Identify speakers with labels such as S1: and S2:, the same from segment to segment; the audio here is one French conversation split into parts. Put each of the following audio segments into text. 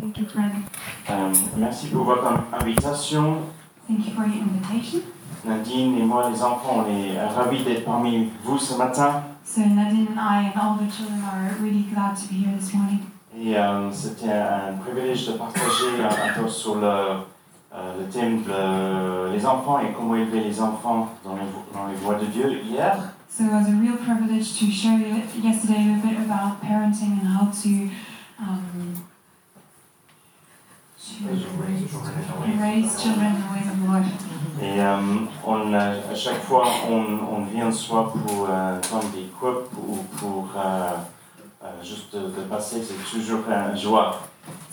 S1: Thank you, Fred.
S2: Euh, merci pour votre invitation.
S1: Thank you for your invitation.
S2: Nadine et moi, les enfants, on est ravis d'être parmi vous ce matin.
S1: So Nadine and I and all the children are really glad to be here this morning.
S2: Et euh, c'était un privilège de partager un, un peu sur le, euh, le thème des enfants et comment élever les enfants dans les, vo- dans les voies de Dieu hier.
S1: So it was a real privilege to share y- yesterday a bit about parenting and how to um, to raise children in the ways of the Lord.
S2: Et euh, on, euh, à chaque fois, on, on vient soit pour euh, comme des couples ou pour euh, euh, juste de, de passer, c'est toujours une joie.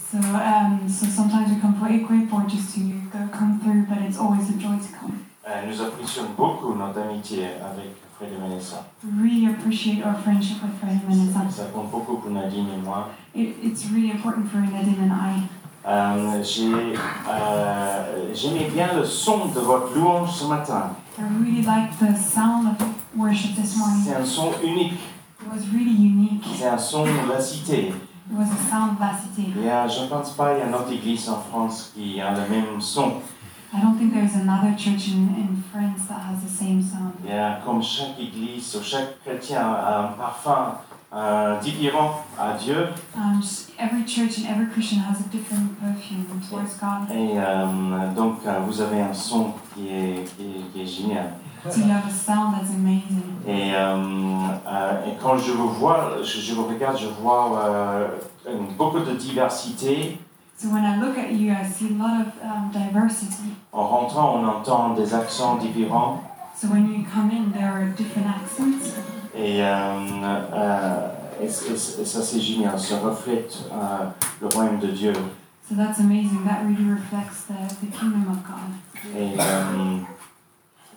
S1: So um, so sometimes we come for a equip or just to go, come through, but it's always a joy to come.
S2: Elle Euh, nous apprécions beaucoup notre amitié avec Fred et Vanessa.
S1: Really appreciate our friendship with Fred and Vanessa.
S2: Ça compte beaucoup pour Nadine et moi.
S1: It, it's really important for Nadine and I
S2: Euh, j'ai, euh, J'aimais bien le son de votre louange ce matin.
S1: I really liked the sound of worship this morning.
S2: C'est un son unique,
S1: It was really unique.
S2: c'est un son de la cité.
S1: It was the sound of La Cité.
S2: Il y a- je ne pense pas qu'il y a une autre église en France qui a le même son.
S1: I don't think there's another church in, in France that has the same sound.
S2: Il y a, comme chaque église, ou chaque chrétien a un parfum euh, différent à Dieu.
S1: Um, just every church and every Christian has a different perfume towards God.
S2: Et euh, donc, euh, vous avez un son qui est- qui est- qui est génial.
S1: So you have a sound that's amazing.
S2: Et, euh, euh, et quand je vous vois, je, je vous regarde, je vois euh, une- beaucoup de diversité.
S1: So when I look at you, I see a lot of um, diversity.
S2: En rentrant, on entend des accents différents.
S1: So when you come in, there are different accents.
S2: Et, euh, euh, et, c- et c- et ça, c'est génial. Ça reflète euh, le royaume de Dieu.
S1: So that's amazing. That really reflects the, the kingdom of God.
S2: Et euh,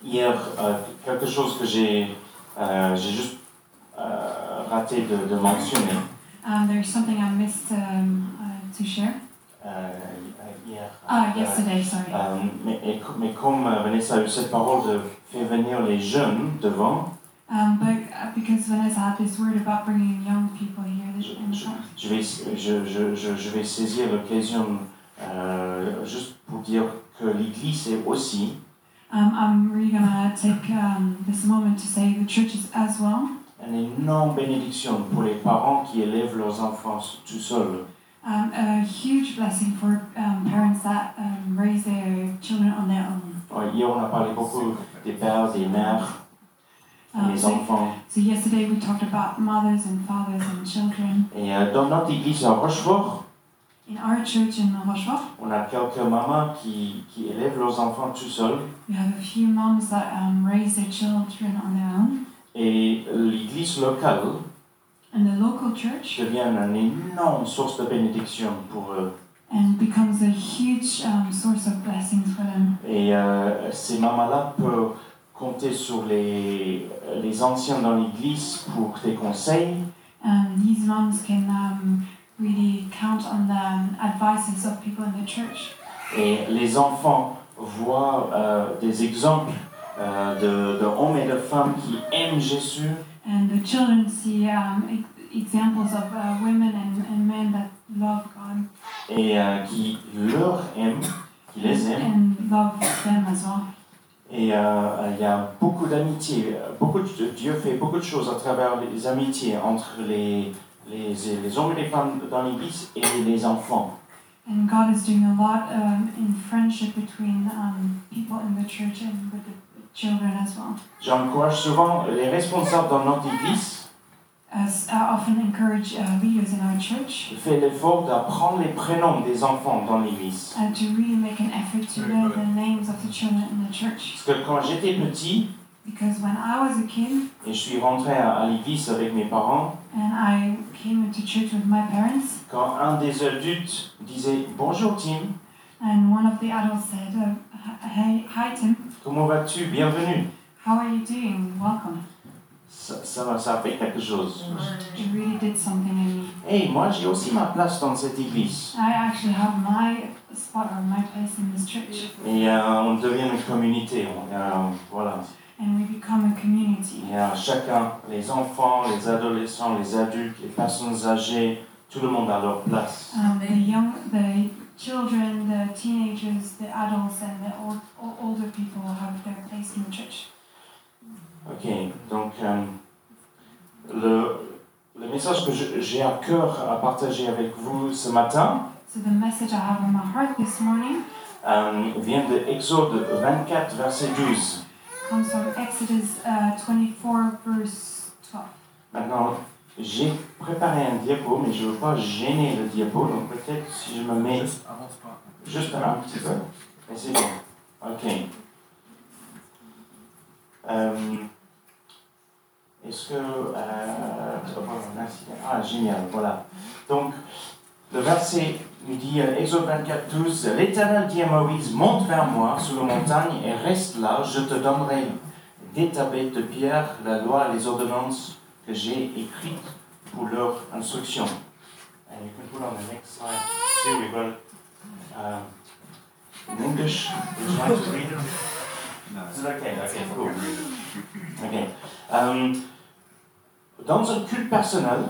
S2: hier, euh, quelque chose que j'ai euh, j'ai juste euh, raté de, de mentionner.
S1: Um, there's something I missed um, uh, to share.
S2: euh, hier.
S1: Ah, yesterday, sorry.
S2: Euh, mais, et- mais comme euh, Vanessa a eu cette parole de faire venir les jeunes devant,
S1: Um, but uh, because Vanessa had this word about bringing young people here
S2: je,
S1: this, in the
S2: je-
S1: front,
S2: je vais, je, je, je, je vais saisir l'occasion euh, juste pour dire que l'Église est aussi,
S1: um, I'm really gonna take um, this moment to say the churches as well.
S2: une énorme bénédiction pour les parents qui élèvent leurs enfants tout seuls.
S1: Um, a huge blessing for um, parents that um, raise their children on their own.
S2: Euh, Hier, on a parlé beaucoup des pères, des mères,
S1: Um,
S2: des
S1: so,
S2: enfants.
S1: so yesterday we talked about mothers and fathers and children.
S2: Et euh, dans notre Église à Rochefort,
S1: In our church in Rochefort,
S2: on a quelques mamans qui, qui élèvent leurs enfants tout seuls.
S1: we have a few moms that um, raise their children on their own.
S2: Et l'Église locale,
S1: And the local church
S2: deviennent une énorme source de bénédiction pour eux.
S1: and becomes a huge um, source of blessings for them.
S2: Et euh, ces mamans-là peuvent compter sur les, les anciens dans l'Église pour des conseils.
S1: um, these moms can um, really count on the um, advices of people in the church.
S2: Et les enfants voient euh, des exemples euh, de, de hommes et de femmes qui aiment Jésus
S1: And the children see um, e- examples of uh, women and, and men that love God
S2: et euh, qui leur aiment, qui les aiment.
S1: and love them as well.
S2: Et euh, il y a beaucoup d'amitié. Beaucoup de, Dieu fait beaucoup de choses à travers les amitiés entre les, les, les hommes et les femmes dans l'Église et les enfants.
S1: And God is doing a lot um, in friendship between um, people in the church and with the children as well.
S2: J'encourage souvent les responsables dans notre Église
S1: As I often encourage uh, leaders in our church
S2: qui font l'effort d'apprendre les prénoms des enfants dans l'Église.
S1: uh, to really make an effort to learn the names of the children in the church.
S2: Parce que quand j'étais petit
S1: Because when I was a kid,
S2: et je suis rentré à, à l'Église avec mes parents,
S1: And I came into church with my parents,
S2: quand un des adultes disait Bonjour Tim,
S1: and one of the adults said, uh, "Hey, hi Tim,
S2: comment vas-tu Bienvenue.
S1: how are you doing? Welcome."
S2: Ça, ça, m'a- ça a fait quelque chose.
S1: It really did something in me.
S2: Et moi j'ai aussi ma place dans cette Église.
S1: I actually have my spot or my place in this church,
S2: Et euh, on devient une communauté. On, euh, voilà.
S1: and we become a community.
S2: Il y a chacun, les enfants, les adolescents, les adultes, les personnes âgées, Tout le monde a leur place.
S1: Um, the young, the children, the teenagers, the adults, and the old, o- older people have their place in the church.
S2: Ok, donc euh, le, le message que je- j'ai à cœur à partager avec vous ce matin
S1: So the message I have on my heart this morning
S2: euh, vient de Exode 24, verset 12.
S1: comes from Exodus uh, 24, verse 12.
S2: Maintenant, j'ai préparé un diapo, mais je ne veux pas gêner le diapo, donc peut-être si je me mets
S3: Juste avance pas.
S2: Juste un petit peu. Mais c'est bon. Ok. Euh, Est-ce que. euh, merci. ah, génial, voilà. Donc, le verset nous dit, euh, Exode 24, 12 L'Éternel dit à Moïse Monte vers moi sur la montagne et reste là, je te donnerai des tablettes de pierre, la loi et les ordonnances que j'ai écrites pour leur instruction. Euh, And you can put on the next slide. Here we go. Um, in English, would you like to read it?
S3: Non.
S2: Is it okay? Okay, cool. Okay. Um, dans un culte personnel,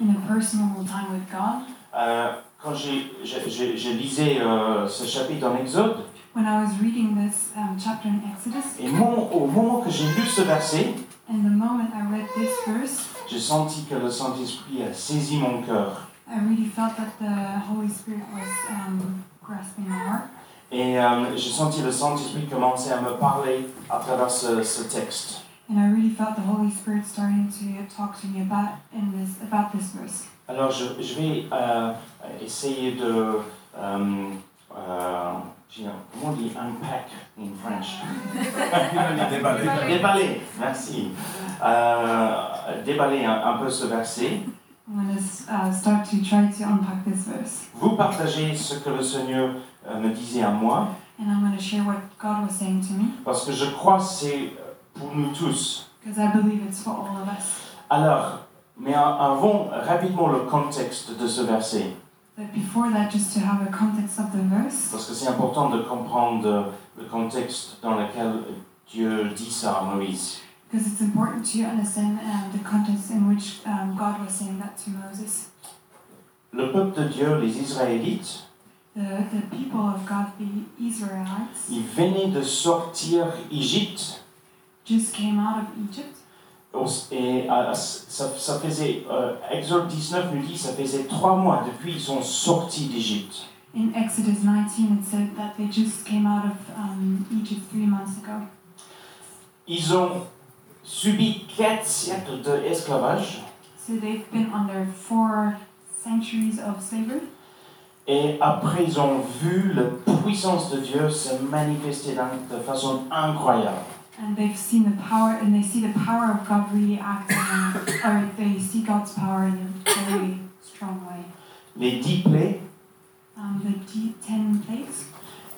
S1: In a personal time with God,
S2: euh, quand j'ai- j'ai- j'ai- je lisais euh, ce chapitre en Exode,
S1: when I was reading this um, chapter in Exodus,
S2: et mon- au moment que j'ai lu ce verset,
S1: and the moment I read this verse,
S2: j'ai senti que le Saint-Esprit a saisi mon cœur.
S1: I really felt that the Holy Spirit was um, grasping my heart.
S2: Et euh, j'ai senti le Saint-Esprit commencer à me parler à travers ce- ce texte.
S1: And I really felt the Holy Spirit starting to talk to me about in this about this verse.
S2: Alors, je, je vais euh, essayer de. euh, euh, j'ai un- comment on dit unpack in French
S3: Déballé.
S2: Déballer, merci. Euh, déballer un, un peu ce verset.
S1: I'm going to uh, start to try to unpack this verse,
S2: Vous partagez ce que le Seigneur euh, me disait à moi,
S1: and I'm going to share what God was saying to me
S2: parce que je crois que c'est pour nous tous.
S1: because I believe it's for all of us.
S2: Alors, mais avant rapidement le contexte de ce verset,
S1: But before that, just to have a context of the verse,
S2: parce que c'est important de comprendre le contexte dans lequel Dieu dit ça à Moïse.
S1: because it's important to understand um, the context in which um, God was saying that to Moses.
S2: Le peuple de Dieu, les Israélites,
S1: The, the people of God, the Israelites,
S2: ils venaient de sortir d'Égypte
S1: just came out of Egypt.
S2: et euh, ça, ça faisait, euh, Exode 19 nous dit, ça faisait trois mois depuis ils sont sortis d'Égypte.
S1: In Exodus 19, it said that they just came out of um, Egypt three months ago.
S2: Ils ont subi quatre siècles d'esclavage
S1: So they've been under four centuries of slavery,
S2: et après ils ont vu la puissance de Dieu se manifester d'un- de façon incroyable.
S1: and they've seen the power, and they see the power of God really acting, on- or they see God's power in a very strong way.
S2: Les dix plaies
S1: Um, the D- ten plagues,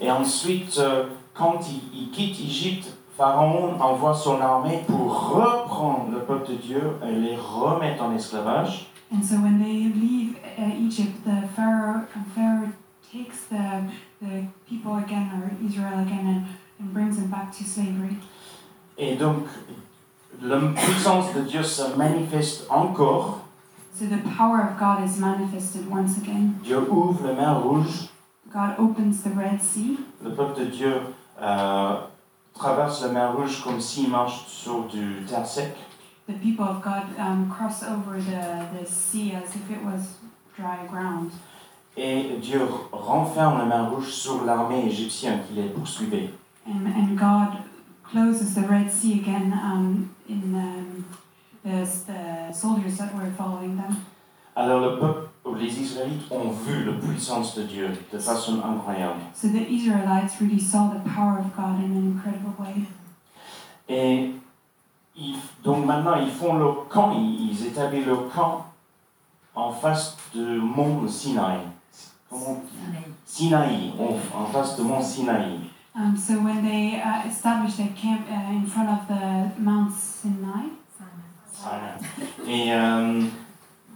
S2: et ensuite euh, quand ils, ils quittent Égypte, Pharaon envoie son armée pour reprendre le peuple de Dieu et les remettre en esclavage.
S1: and so when they leave uh, Egypt, the Pharaoh and Pharaoh takes the the people again, or Israel again, and, and brings them back to slavery.
S2: Et donc, la puissance de Dieu se manifeste encore.
S1: So the power of God is manifested once again.
S2: Dieu ouvre le mer rouge.
S1: God opens the Red Sea.
S2: Le peuple de Dieu euh, traverse la mer rouge comme s'il marche sur du terre sec.
S1: the people of God um, cross over the, the sea as if it was dry ground.
S2: Et Dieu renferme la mer rouge sur l'armée égyptienne qui les poursuivait.
S1: And, and God closes the Red Sea again um, in um, the, the soldiers that were following them.
S2: Alors le peuple, les Israélites ont vu la puissance de Dieu de façon incroyable.
S1: So the Israelites really saw the power of God in an incredible way.
S2: Et ils- donc maintenant, ils font leur camp, ils, ils établissent leur camp en face du mont Sinaï. Comment on dit Sinaï, en- en face du mont Sinaï.
S1: Um, so when they uh, established their camp uh, in front of the Mount Sinai,
S2: Voilà. Et euh,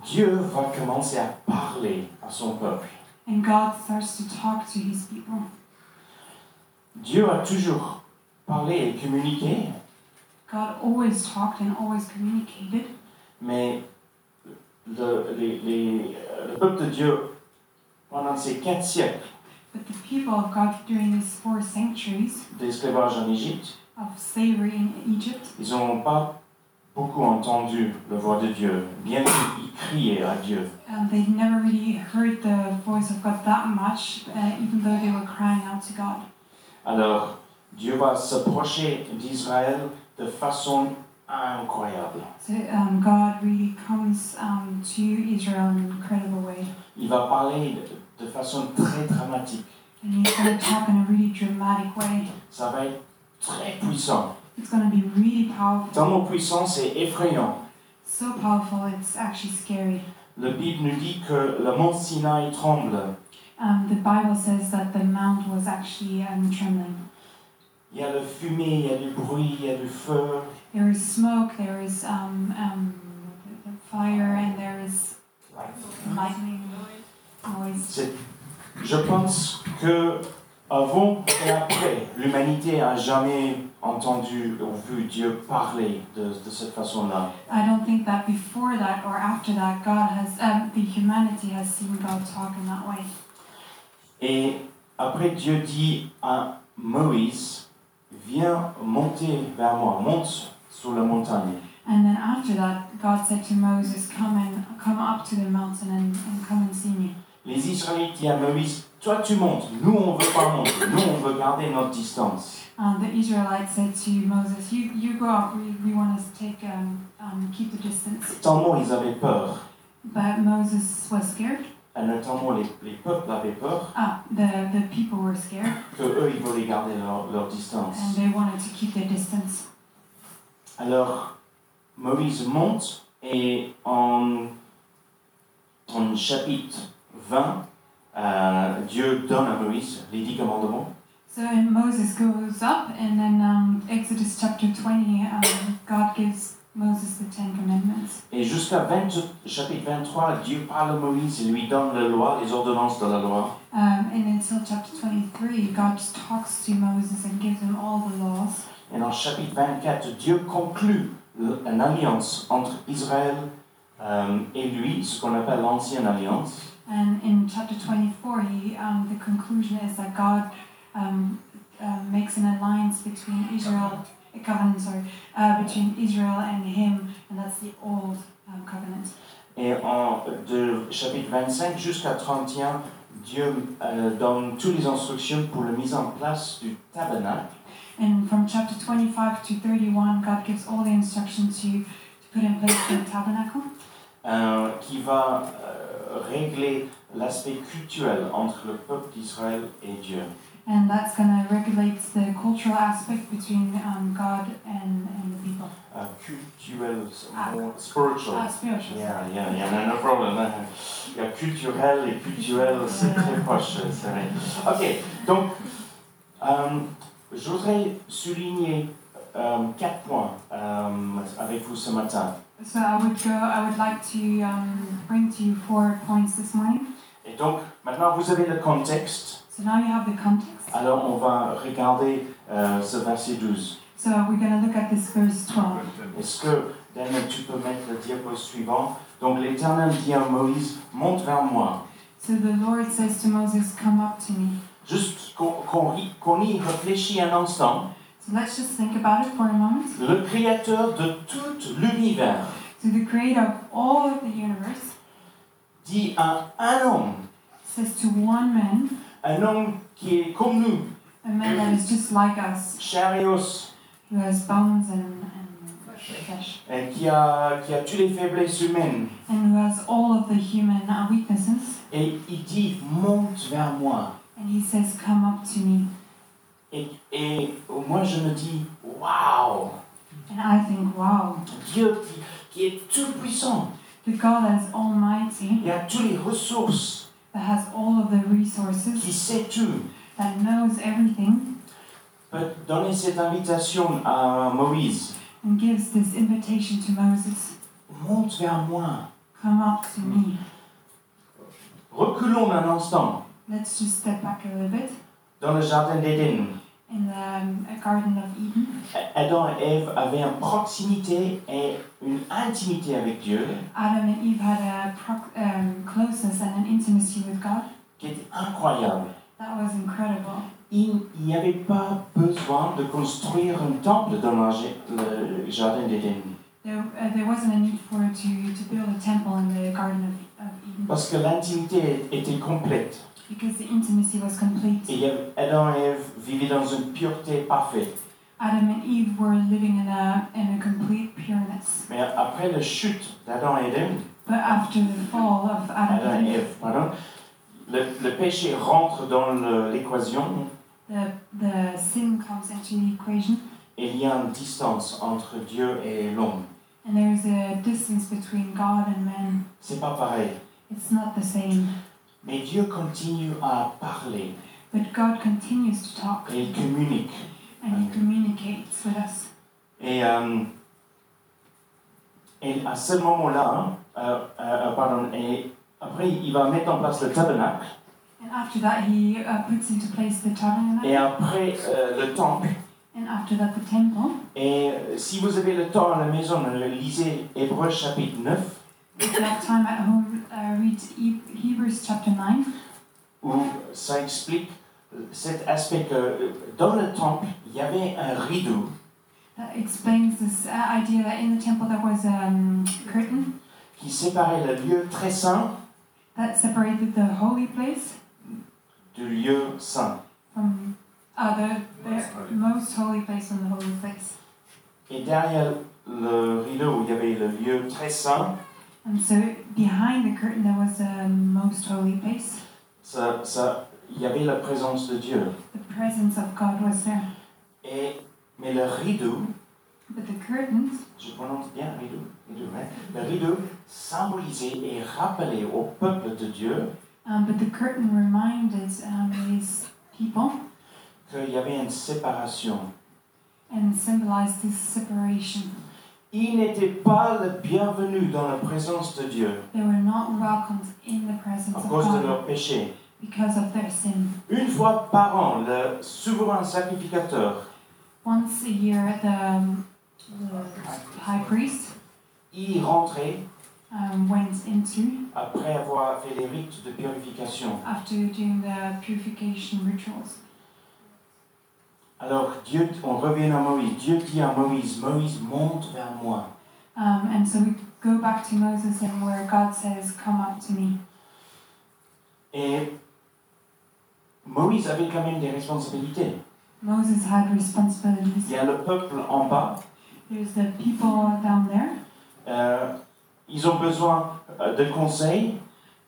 S2: Dieu va commencer à parler à son peuple.
S1: and God starts to talk to his people.
S2: Dieu a toujours parlé et communiqué,
S1: God always talked and always communicated,
S2: mais le, les- les- euh, le peuple de Dieu pendant ces quatre siècles
S1: But the people of God, during these four centuries
S2: d'esclavage en Égypte,
S1: of slavery in Egypt,
S2: ils n'ont pas beaucoup entendu la voix de Dieu, bien qu'ils criaient à Dieu.
S1: um, they never really heard the voice of God that much, uh, even though they were crying out to God.
S2: Alors, Dieu va s'approcher d'Israël de façon incroyable.
S1: So um, God really comes um, to Israel in an incredible way.
S2: Il va parler de, de façon très dramatique.
S1: And he's going to talk in a really dramatic way.
S2: Ça va être très puissant.
S1: It's going to be really powerful.
S2: Tellement puissant, c'est effrayant.
S1: So powerful, it's actually scary.
S2: La Bible nous dit que le mont Sinaï tremble.
S1: Um, the Bible says that the mount was actually um, trembling.
S2: Il y a de la fumée, il y a du bruit, il y a du feu.
S1: There is smoke, there is um, um, the- the fire, and there is lightning noise.
S2: C'est- Je pense que avant et après, l'humanité a jamais entendu ou vu Dieu parler de, de cette façon-là.
S1: I don't think that before that or after that, God has, um, the humanity has seen God talk in that way.
S2: Et après, Dieu dit à Moïse, viens monter vers moi, monte sur la montagne.
S1: And then after that, God said to Moses, "Come and come up to the mountain and, and come and see me."
S2: Les Israélites disent à Moïse, toi tu montes, nous on veut pas monter, nous on veut garder notre distance.
S1: Um, the Israelites said to Moses, "You you go up. We, we want to take um, um, keep the distance."
S2: Tellement ils avaient peur,
S1: But Moses was scared.
S2: et notamment les, les peuples avaient peur,
S1: Ah, the the people were scared,
S2: que eux ils voulaient garder leur, leur
S1: and
S2: distance.
S1: they wanted to keep their distance.
S2: Alors Moïse monte et en, en chapitre 20, euh, Dieu donne à Moïse les dix commandements.
S1: So and Moses goes up, and then um, Exodus chapter twenty, um, God gives Moses the Ten Commandments,
S2: Et jusqu'à 20 chapitre 23, Dieu parle à Moïse et lui donne la loi, les ordonnances de la loi.
S1: um, and until chapter twenty-three, God just talks to Moses and gives him all the laws.
S2: Et dans chapitre 24, Dieu conclut l- une alliance entre Israël euh, et lui, ce qu'on appelle l'ancienne alliance.
S1: And in chapter 24, he, um, the conclusion is that God um, uh, makes an alliance between Israel, a covenant, sorry, uh, between Israel and him, and that's the old um, covenant.
S2: Et en, de chapitre 25 jusqu'à 31, Dieu euh, donne toutes les instructions pour la mise en place du tabernacle.
S1: And from chapter 25 to 31, God gives all the instructions to, to put in place the tabernacle,
S2: euh, qui va euh, régler l'aspect culturel entre le peuple d'Israël et Dieu.
S1: and that's going to regulate the cultural aspect between um, God and, and the people.
S2: Uh, culturel, so
S1: Ah.
S2: more spiritual.
S1: Ah, spiritual.
S2: Yeah, yeah, yeah, no, no problem. hein. Il y a culturel et culturel, c'est très proche, euh, c'est vrai. Ok, donc, euh, je voudrais souligner euh, quatre points euh, avec vous ce matin.
S1: So I would go. I would like to um, bring to you four points this morning.
S2: Et donc, maintenant vous avez le contexte,
S1: So now you have the context.
S2: alors on va regarder euh, ce verset 12.
S1: So we're going to look at this verse 12.
S2: Est-ce que, Daniel, tu peux mettre le diapo suivant Donc, l'Éternel dit à Moïse, monte vers moi.
S1: So the Lord says to Moses, Come up to me.
S2: Juste qu'on qu'on y- qu'on y réfléchit un instant.
S1: So let's just think about it for a moment.
S2: Le créateur de tout l'univers
S1: So the creator of all of the universe
S2: dit à un homme,
S1: says to one man,
S2: un homme qui est comme nous,
S1: a man that is just like us,
S2: chair et os,
S1: who has bones and, and flesh,
S2: et qui a, qui a toutes les faiblesses humaines.
S1: and who has all of the human uh, weaknesses.
S2: Et il dit, monte vers moi.
S1: And he says, Come up to me.
S2: Et, et moi je me dis, waouh,
S1: And I think, wow,
S2: Dieu qui, qui est tout puissant,
S1: the God that is almighty,
S2: il a toutes les ressources,
S1: that has all of the resources,
S2: qui sait tout.
S1: that knows everything,
S2: Peut donner cette invitation à Moïse,
S1: and gives this invitation to Moses.
S2: monte vers moi.
S1: Come up to me.
S2: Reculons un instant
S1: Let's just step back a little bit
S2: dans le jardin d'Éden.
S1: in the um, Garden of Eden.
S2: Adam et Ève avaient une proximité et une intimité avec Dieu
S1: Adam and Eve had a proc- um, closeness and an intimacy with God
S2: qui était incroyable.
S1: that was incredible.
S2: Il n'y avait pas besoin de construire un temple dans le ja- le jardin d'Éden.
S1: There, uh, there wasn't a need for it to, to build a temple in the Garden of, of Eden
S2: Parce que l'intimité était complète.
S1: because the intimacy was complete.
S2: Et il y avait- Adam et Ève vivaient dans une pureté parfaite.
S1: Adam and Eve were living in a, in a complete pureness.
S2: Mais après la chute d'Adam et Ève,
S1: But after the fall of Adam
S2: Adam
S1: and
S2: et
S1: Eve,
S2: Ève, pardon, le, le péché rentre dans le- l'équation
S1: the, the sin comes into the equation
S2: et il y a une distance entre Dieu et l'homme.
S1: and there's a distance between God and man.
S2: C'est pas pareil.
S1: It's not the same.
S2: Mais Dieu continue à parler
S1: But God continues to talk
S2: et il communique.
S1: and He communicates with us.
S2: Et, euh, et à ce moment-là, hein, euh, euh, euh, pardon, et après il va mettre en place le tabernacle
S1: And after that, He uh, puts into place the tabernacle
S2: et après euh, le temple.
S1: and after that, the temple.
S2: Et euh, si vous avez le temps à la maison, euh, lisez Hébreux chapitre 9
S1: If you have time at home, uh, read He- Hebrews chapter 9.
S2: où ça explique euh, cet aspect que euh, dans le temple, il y avait un rideau
S1: That explains this uh, idea that in the temple there was a um, curtain
S2: qui séparait le lieu très saint
S1: that separated the holy place
S2: du lieu saint.
S1: from uh, the,
S3: Most
S1: the
S3: holy.
S1: most holy place from the holy place.
S2: Et derrière le rideau où il y avait le lieu très saint,
S1: And so behind the curtain there was the most holy place.
S2: ça, ça, il y avait la présence de Dieu.
S1: The presence of God was there.
S2: Et, mais le rideau,
S1: But the curtains
S2: je prononce bien rideau, rideau hein, le rideau symbolisait et rappelait au peuple de Dieu
S1: Um, but the curtain reminded um, these people
S2: qu'il y avait une séparation.
S1: and symbolized this separation.
S2: Ils n'étaient pas le bienvenu dans la présence de Dieu
S1: They were not welcomed in the presence
S2: à
S1: of
S2: cause de
S1: God
S2: leur péché.
S1: because of their sin.
S2: Une fois par an, le souverain sacrificateur,
S1: Once a year, the, um, the high priest
S2: y rentrait
S1: um, went into
S2: après avoir fait les rites de purification.
S1: after doing the purification rituals.
S2: Alors Dieu, on revient à Moïse. Dieu dit à Moïse, Moïse monte vers moi.
S1: Um, and so we go back to Moses and where God says, Come up to me.
S2: Et Moïse avait quand même des responsabilités.
S1: Moses had responsibilities.
S2: Il y a le peuple en bas.
S1: There's the people down there,
S2: Euh, ils ont besoin euh, de conseils.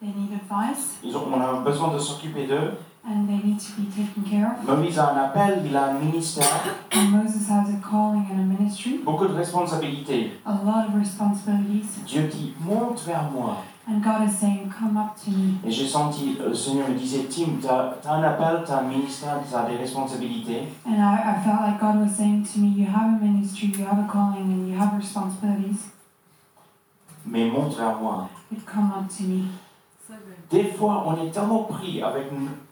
S1: they need advice.
S2: Ils ont, on a besoin de s'occuper d'eux.
S1: and they need to be taken care of.
S2: Moïse a un appel, il a un ministère,
S1: And Moses has a calling and a ministry,
S2: beaucoup de responsabilités.
S1: a lot of responsibilities,
S2: Dieu dit, monte vers moi.
S1: and God is saying, Come up to me.
S2: Et j'ai senti, euh, le Seigneur me disait, Tim, tu as, un appel, tu as un ministère, tu as des responsabilités.
S1: And I, I felt like God was saying to me, You have a ministry, you have a calling, and you have responsibilities,
S2: mais montre à moi.
S1: but come up to me.
S2: Des fois, on est tellement pris avec.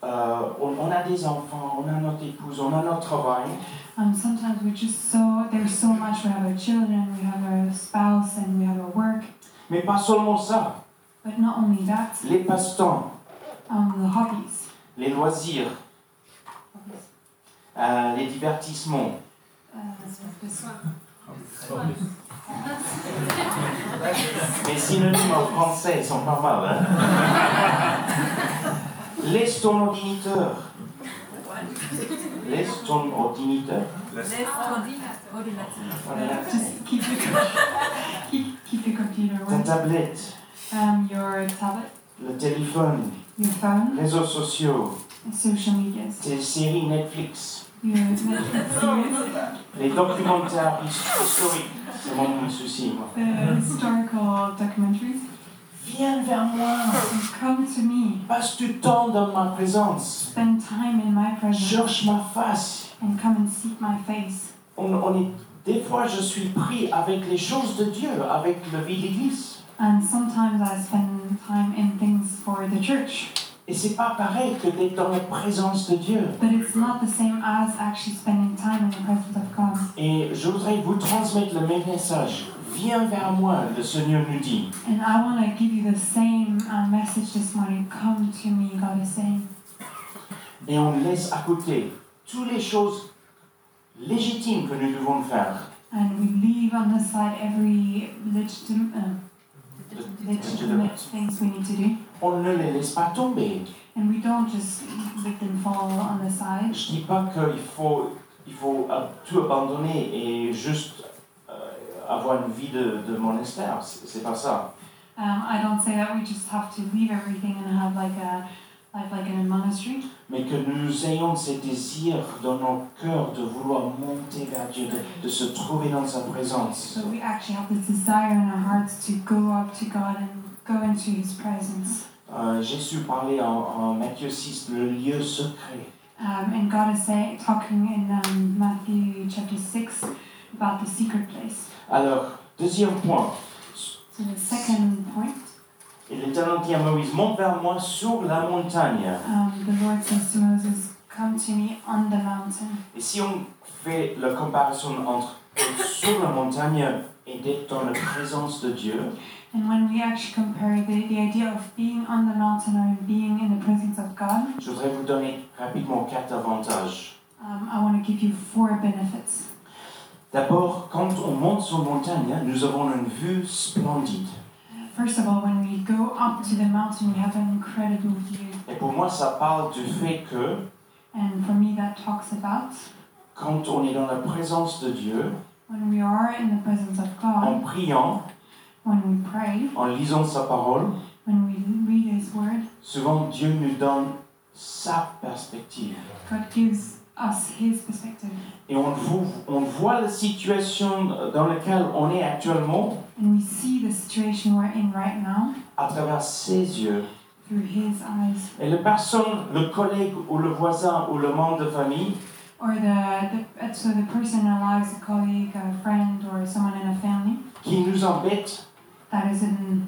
S2: euh, on, on a des enfants, on a notre épouse, on a notre travail,
S1: Um, sometimes we're just so, there's so much. We have our children, we have our spouse, and we have our work.
S2: mais pas seulement ça.
S1: But not only that,
S2: Les passe-temps,
S1: um, the hobbies,
S2: les loisirs, euh, les divertissements.
S1: uh, this
S2: Mes synonymes en français sont pas mal. Hein? Laisse ton ordinateur. Laisse ton ordinateur. Voilà.
S1: just keep your, keep, keep your computer
S2: Ta
S1: away,
S2: tablette,
S1: um, your tablet,
S2: le téléphone,
S1: your phone.
S2: réseaux sociaux,
S1: social medias.
S2: tes séries Netflix.
S1: Your Netflix series,
S2: Les documentaires historiques, c'est mon souci, moi.
S1: the uh, historical documentaries.
S2: Viens vers moi,
S1: Come to me,
S2: passe du temps dans ma présence,
S1: spend time in my presence,
S2: cherche ma face.
S1: and come and seek my face.
S2: On, on est, des fois, je suis pris avec les choses de Dieu, avec la vie d'église.
S1: And sometimes I spend time in things for the church,
S2: Et c'est pas pareil que d'être dans la présence de Dieu.
S1: But it's not the same as actually spending time in the presence of God.
S2: Et je voudrais vous transmettre le même message. Viens vers moi, le Seigneur nous dit.
S1: And I want to give you the same uh, message this morning. Come to me, God is saying.
S2: Et on laisse à côté toutes les choses légitimes que nous devons faire.
S1: And we leave on the side every legitimate, uh, legitimate things we need to do.
S2: On ne les laisse pas tomber.
S1: And we don't just let them fall on the side.
S2: Je dis pas qu'il faut, il faut euh, tout abandonner et juste euh, avoir une vie de, de monastère. C'est c'est pas ça.
S1: Um, I don't say that we just have to leave everything and have like a life like in a monastery.
S2: Mais que nous ayons ce désir dans nos cœurs de vouloir monter vers Dieu, de, de se trouver dans sa présence.
S1: But we actually have this desire in our hearts to go up to God and go into His presence.
S2: Euh, Jésus parlait en, en Matthieu 6, le lieu secret.
S1: Um, and God is say, talking in um, Matthew chapter 6 about the secret place.
S2: Alors, deuxième point.
S1: So the second point,
S2: Et l'Éternel dit à Moïse, monte vers moi sur la montagne.
S1: um, the Lord says to Moses, Come to me on the mountain.
S2: Et si on fait la comparaison entre être sur la montagne et d'être dans la présence de Dieu,
S1: And when we actually compare the, the idea of being on the mountain or being in the presence of God,
S2: je voudrais vous donner rapidement quatre avantages.
S1: um, I want to give you four benefits.
S2: D'abord, quand on monte sur la montagne, nous avons une vue splendide.
S1: First of all, when we go up to the mountain, we have an incredible view.
S2: Et pour moi, ça parle du fait que
S1: And for me, that talks about
S2: quand on est dans la présence de Dieu,
S1: when we are in the presence of
S2: en
S1: God,
S2: priant,
S1: when we pray,
S2: en lisant sa parole,
S1: when we read His Word,
S2: souvent Dieu nous donne sa perspective.
S1: God gives us His perspective.
S2: Et on, vou- on voit la situation dans laquelle on est actuellement
S1: And we see the situation we're in right now
S2: à travers ses yeux.
S1: through His eyes.
S2: Et la personne, le collègue ou le voisin ou le membre de famille
S1: Or the, the so the person in our lives, a colleague, a friend, or someone in a family
S2: qui nous embête,
S1: that is in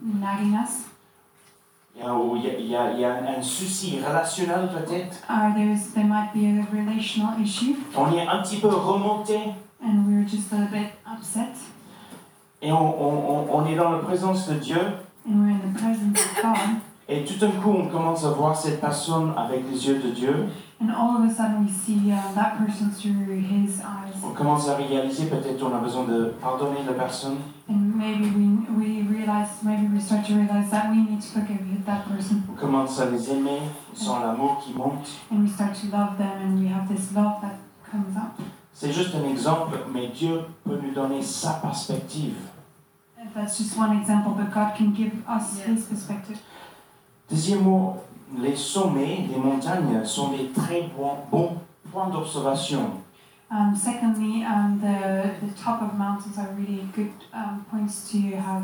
S1: nagging us,
S2: il y a, il y a- il y a- il y a un souci relationnel peut-être,
S1: or there's there might be a relational issue,
S2: on est un petit peu remonté
S1: and we're just a bit upset.
S2: et on, on- on- on est dans la présence de Dieu
S1: and we're in the presence of God,
S2: et tout d'un coup on commence à voir cette personne avec les yeux de Dieu,
S1: and all of a sudden we see uh, that person through His eyes,
S2: on commence à réaliser peut-être on a besoin de pardonner la personne,
S1: and maybe we we realize, maybe we start to realize that we need to forgive that person,
S2: on commence à les aimer, on sent l'amour qui monte.
S1: and we start to love them, and we have this love that comes up.
S2: C'est juste un exemple, mais Dieu peut nous donner sa perspective.
S1: And that's just one example, but God can give us
S4: Yeah.
S1: His perspective.
S2: Deuxième mot, les sommets des montagnes sont des très bons, bons points d'observation.
S1: Um, secondly, um, the the top of mountains are really good um, points to have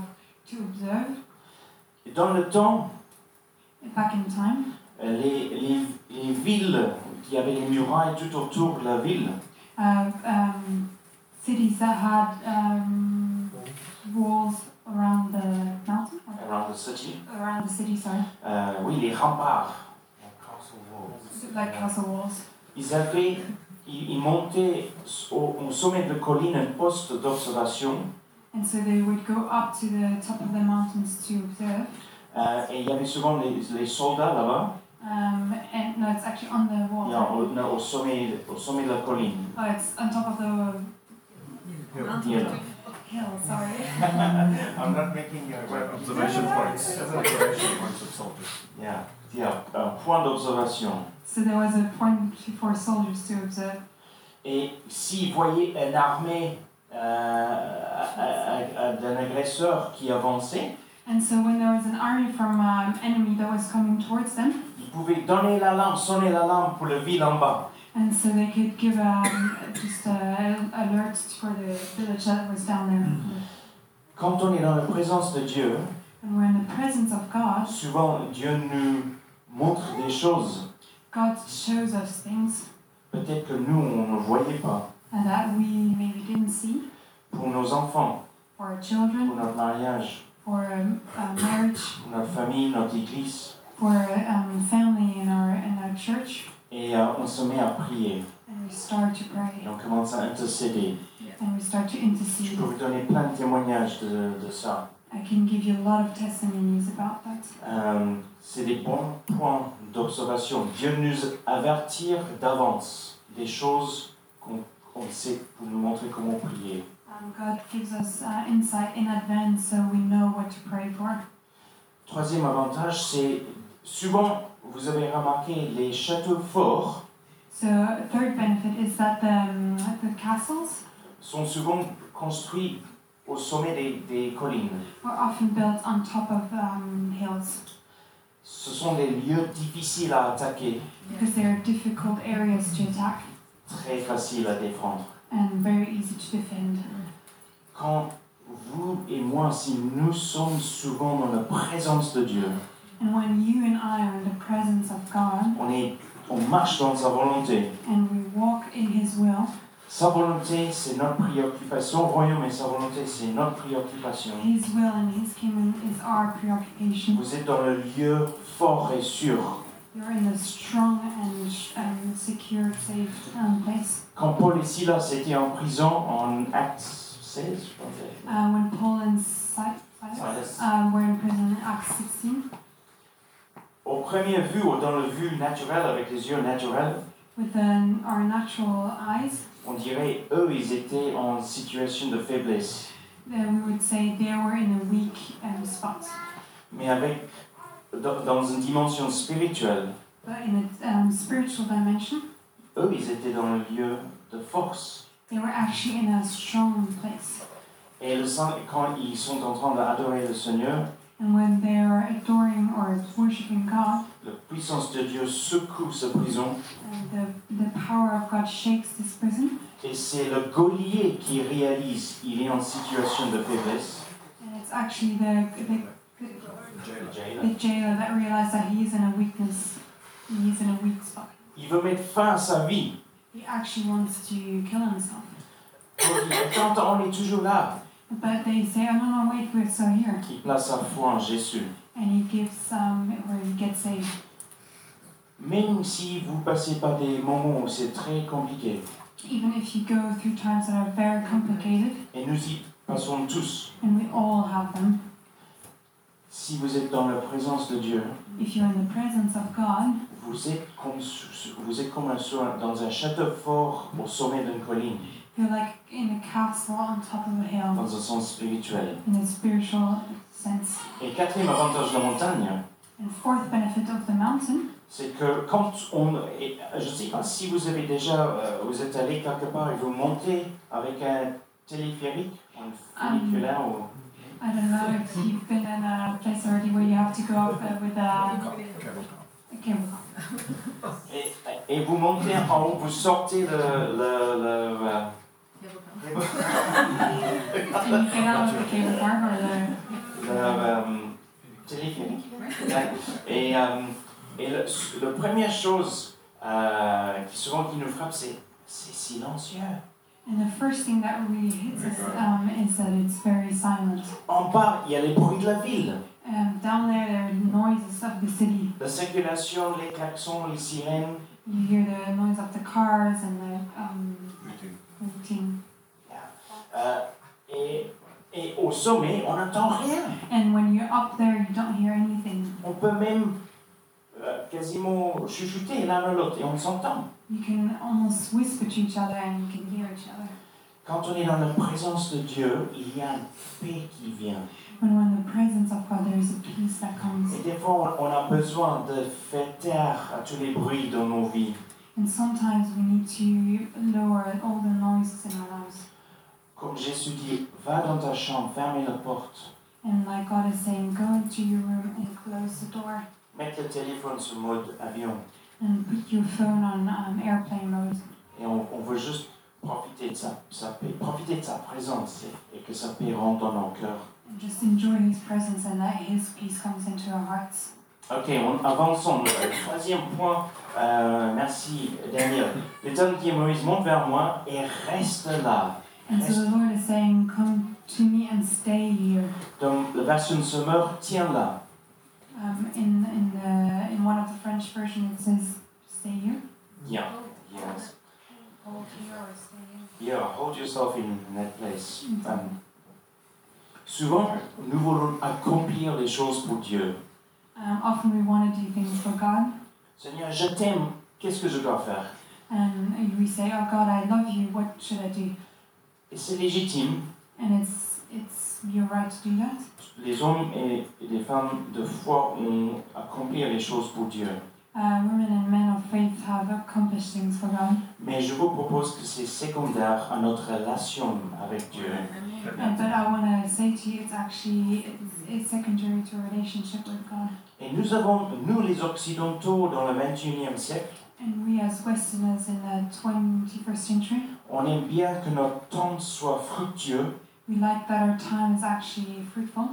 S1: to observe
S2: Et Dans le temps,
S1: back in time.
S2: euh, les, les, les villes qui avaient les murailles tout autour de la ville,
S1: uh, um, cities that had um, walls around the mountain, or
S2: around the city,
S1: around the city, sorry,
S2: euh, oui, les remparts,
S1: like castle walls.
S2: ils avaient, ils, ils montaient au, au sommet de colline un poste d'observation
S1: And so they would go up to the top of the mountains to observe.
S2: euh, et il y avait souvent les, les soldats là-bas,
S1: Um, and no, it's actually on the wall.
S2: non, au, non, au sommet, au sommet de la colline.
S1: Oh, it's on top of the
S2: Yeah.
S1: hill, sorry.
S5: I'm not making a
S3: Right, observation points. Observation points of soldiers.
S2: Yeah, yeah, un point d'observation.
S1: So there was a point for soldiers to observe.
S2: Et s'ils voyaient une armée euh, à- à- à- d'un agresseur qui avançait,
S1: And so when there was an army from um, enemy that was coming towards them,
S2: ils pouvaient donner l'alarme, sonner l'alarme pour le ville en bas.
S1: and so they could give um, just uh, alerts for the village that was down there.
S2: Quand on est dans la présence de Dieu,
S1: And we're in the presence of God,
S2: souvent Dieu nous montre des choses,
S1: God shows us things
S2: peut-être que nous, on ne voyait pas,
S1: and that we maybe didn't see
S2: pour nos enfants,
S1: for our
S2: pour
S1: children,
S2: notre mariage,
S1: for um, uh, marriage,
S2: pour notre famille, notre église.
S1: We're a um, family in our in our church,
S2: et euh, on se met à prier.
S1: and we start to pray,
S2: Et on commence à intercéder.
S1: and we start to
S2: Je
S1: intercede.
S2: peux vous donner plein de témoignages de, de ça.
S1: I can give you a lot of testimonies about that.
S2: Euh, c'est des bons points d'observation. Dieu nous avertir d'avance des choses qu'on qu'on sait pour nous montrer comment prier.
S1: Um, God gives us uh, insight in advance, so we know what to pray for.
S2: Troisième avantage, c'est souvent, vous avez remarqué, les châteaux forts
S1: So a third benefit is that the, um, the castles
S2: sont souvent construits au sommet des, des collines.
S1: were often built on top of um, hills
S2: Ce sont des lieux difficiles à attaquer,
S1: because they are difficult areas to attack
S2: très faciles à défendre.
S1: and very easy to defend.
S2: Quand vous et moi, si nous sommes souvent dans la présence de Dieu,
S1: And when you and I are in the presence of God
S2: on, est, on marche dans sa volonté.
S1: and we walk in His will,
S2: Sa volonté, c'est notre préoccupation. Son royaume et sa volonté, c'est notre préoccupation.
S1: His will and His kingdom is our preoccupation.
S2: Vous êtes dans le lieu fort et sûr.
S1: You're in a strong and um, secure, safe um, place.
S2: Quand Paul et Silas étaient en prison en Acte 16, je pense.
S1: Uh, when Paul and Silas
S2: Silas.
S1: um, were in prison in Acts 16,
S2: Au premier vue, ou dans le vue naturel, avec les yeux naturels,
S1: with um, our natural eyes,
S2: on dirait eux, ils étaient en situation de faiblesse.
S1: then we would say they were in a weak um, spot.
S2: Mais avec, dans, dans une dimension spirituelle,
S1: But in a um, spiritual dimension,
S2: eux, ils étaient dans le lieu de force.
S1: they were actually in a strong place.
S2: Et le sang- quand ils sont en train d'adorer le Seigneur,
S1: And when they are adoring or worshiping God,
S2: la puissance de Dieu secoue cette prison.
S1: and the, the power of God shakes this prison,
S2: Et c'est le Goliath qui réalise il est en situation de faiblesse.
S1: and it's actually the, the,
S3: Jail.
S1: the jailer that realized that he is in a weakness, he is in a weak spot.
S2: Il veut mettre fin à sa vie.
S1: He actually wants to kill himself.
S2: Il dit, Attends, attends, on est toujours là.
S1: But they say, oh no, no, wait, we're still here.
S2: Il place sa foi en Jésus.
S1: And he gives um, where he gets saved.
S2: Même si vous passez par des moments où c'est très compliqué,
S1: Even if you go through times that are very complicated,
S2: et nous y passons tous,
S1: and we all have them,
S2: si vous êtes dans la présence de Dieu,
S1: if you're in the presence of God,
S2: vous êtes comme, sous- vous êtes comme un soin- dans un château fort au sommet d'une colline,
S1: you're like in a castle on top of a hill
S2: dans un sens spirituel.
S1: in a spiritual sense.
S2: Et quatrième avantage de la montagne,
S1: And fourth benefit of the mountain
S2: c'est que quand on... et je ne sais pas si vous avez déjà... euh, vous êtes allé quelque part et vous montez avec un téléphérique, un funiculaire ou...
S1: I don't know if you've been in a place already where you have to go up uh, with a, a cable car.
S2: Et, et vous montez en haut, vous sortez le... le, le- euh,
S1: And you get out of the cable car or the
S2: le, euh, téléphérique. Ouais. Et, euh, et le- la première chose euh, qui souvent qui nous frappe, c'est c'est silencieux.
S1: And the first thing that really hits us um, is that it's very silent.
S2: En bas, il y a les bruits de la ville.
S1: Um, down there, there are noises of the city.
S2: La circulation, les klaxons, les sirènes.
S1: You hear the noise of the cars and the um, routine.
S2: Euh, et, et au sommet, on n'entend rien.
S1: And when you're up there, you don't hear anything.
S2: On peut même euh, quasiment chuchoter l'un à l'autre et on s'entend.
S1: You can almost whisper to each other and you can hear each other.
S2: Quand on est dans la présence de Dieu, il y a une paix qui vient.
S1: When we're in the presence of God, there is a peace that
S2: Et
S1: comes.
S2: des fois, on on a besoin de faire taire à tous les bruits dans nos vies.
S1: And sometimes we need to lower all the noises in our lives.
S2: Comme Jésus dit, va dans ta chambre, ferme la porte,
S1: And like God is saying, go into your room and close the door.
S2: mets le téléphone sur mode avion.
S1: and put your phone on um, airplane mode.
S2: Et on, on veut juste profiter de sa, sa paix, profiter de sa présence et, et que sa paix rentre dans nos cœurs.
S1: And just enjoy His presence and that His peace comes into our hearts.
S2: Ok, on, avançons. Le troisième point, euh, merci Daniel. L'Éternel qui est Moïse monte vers moi et reste là.
S1: And so the Lord is saying, Come to me and stay here.
S2: Dans la version Summer, tiens là.
S1: Um, in in the Spanish version it says, "Stay here."
S2: Yeah. Yes. Yeah, hold yourself in that place. Um, souvent, nous voulons accomplir les choses pour Dieu.
S1: Um, often we want to do things for God,
S2: Seigneur, je t'aime. Qu'est-ce que je dois faire
S1: and we say, "Oh God, I love you. What should I do?"
S2: Et c'est légitime.
S1: And it's it's your right to do that.
S2: Les hommes et les femmes de foi ont accompli les choses pour Dieu.
S1: Uh, women and men of faith have accomplished things for God,
S2: Mais je vous propose que c'est secondaire à notre relation avec Dieu.
S1: Uh, but I want to say to you, it's actually it's, it's secondary to a relationship with God.
S2: Et nous avons, nous les Occidentaux, dans le 21e siècle,
S1: And we as Westerners in the 21st century,
S2: on aime bien que notre temps soit fructueux.
S1: we like that our time is actually fruitful.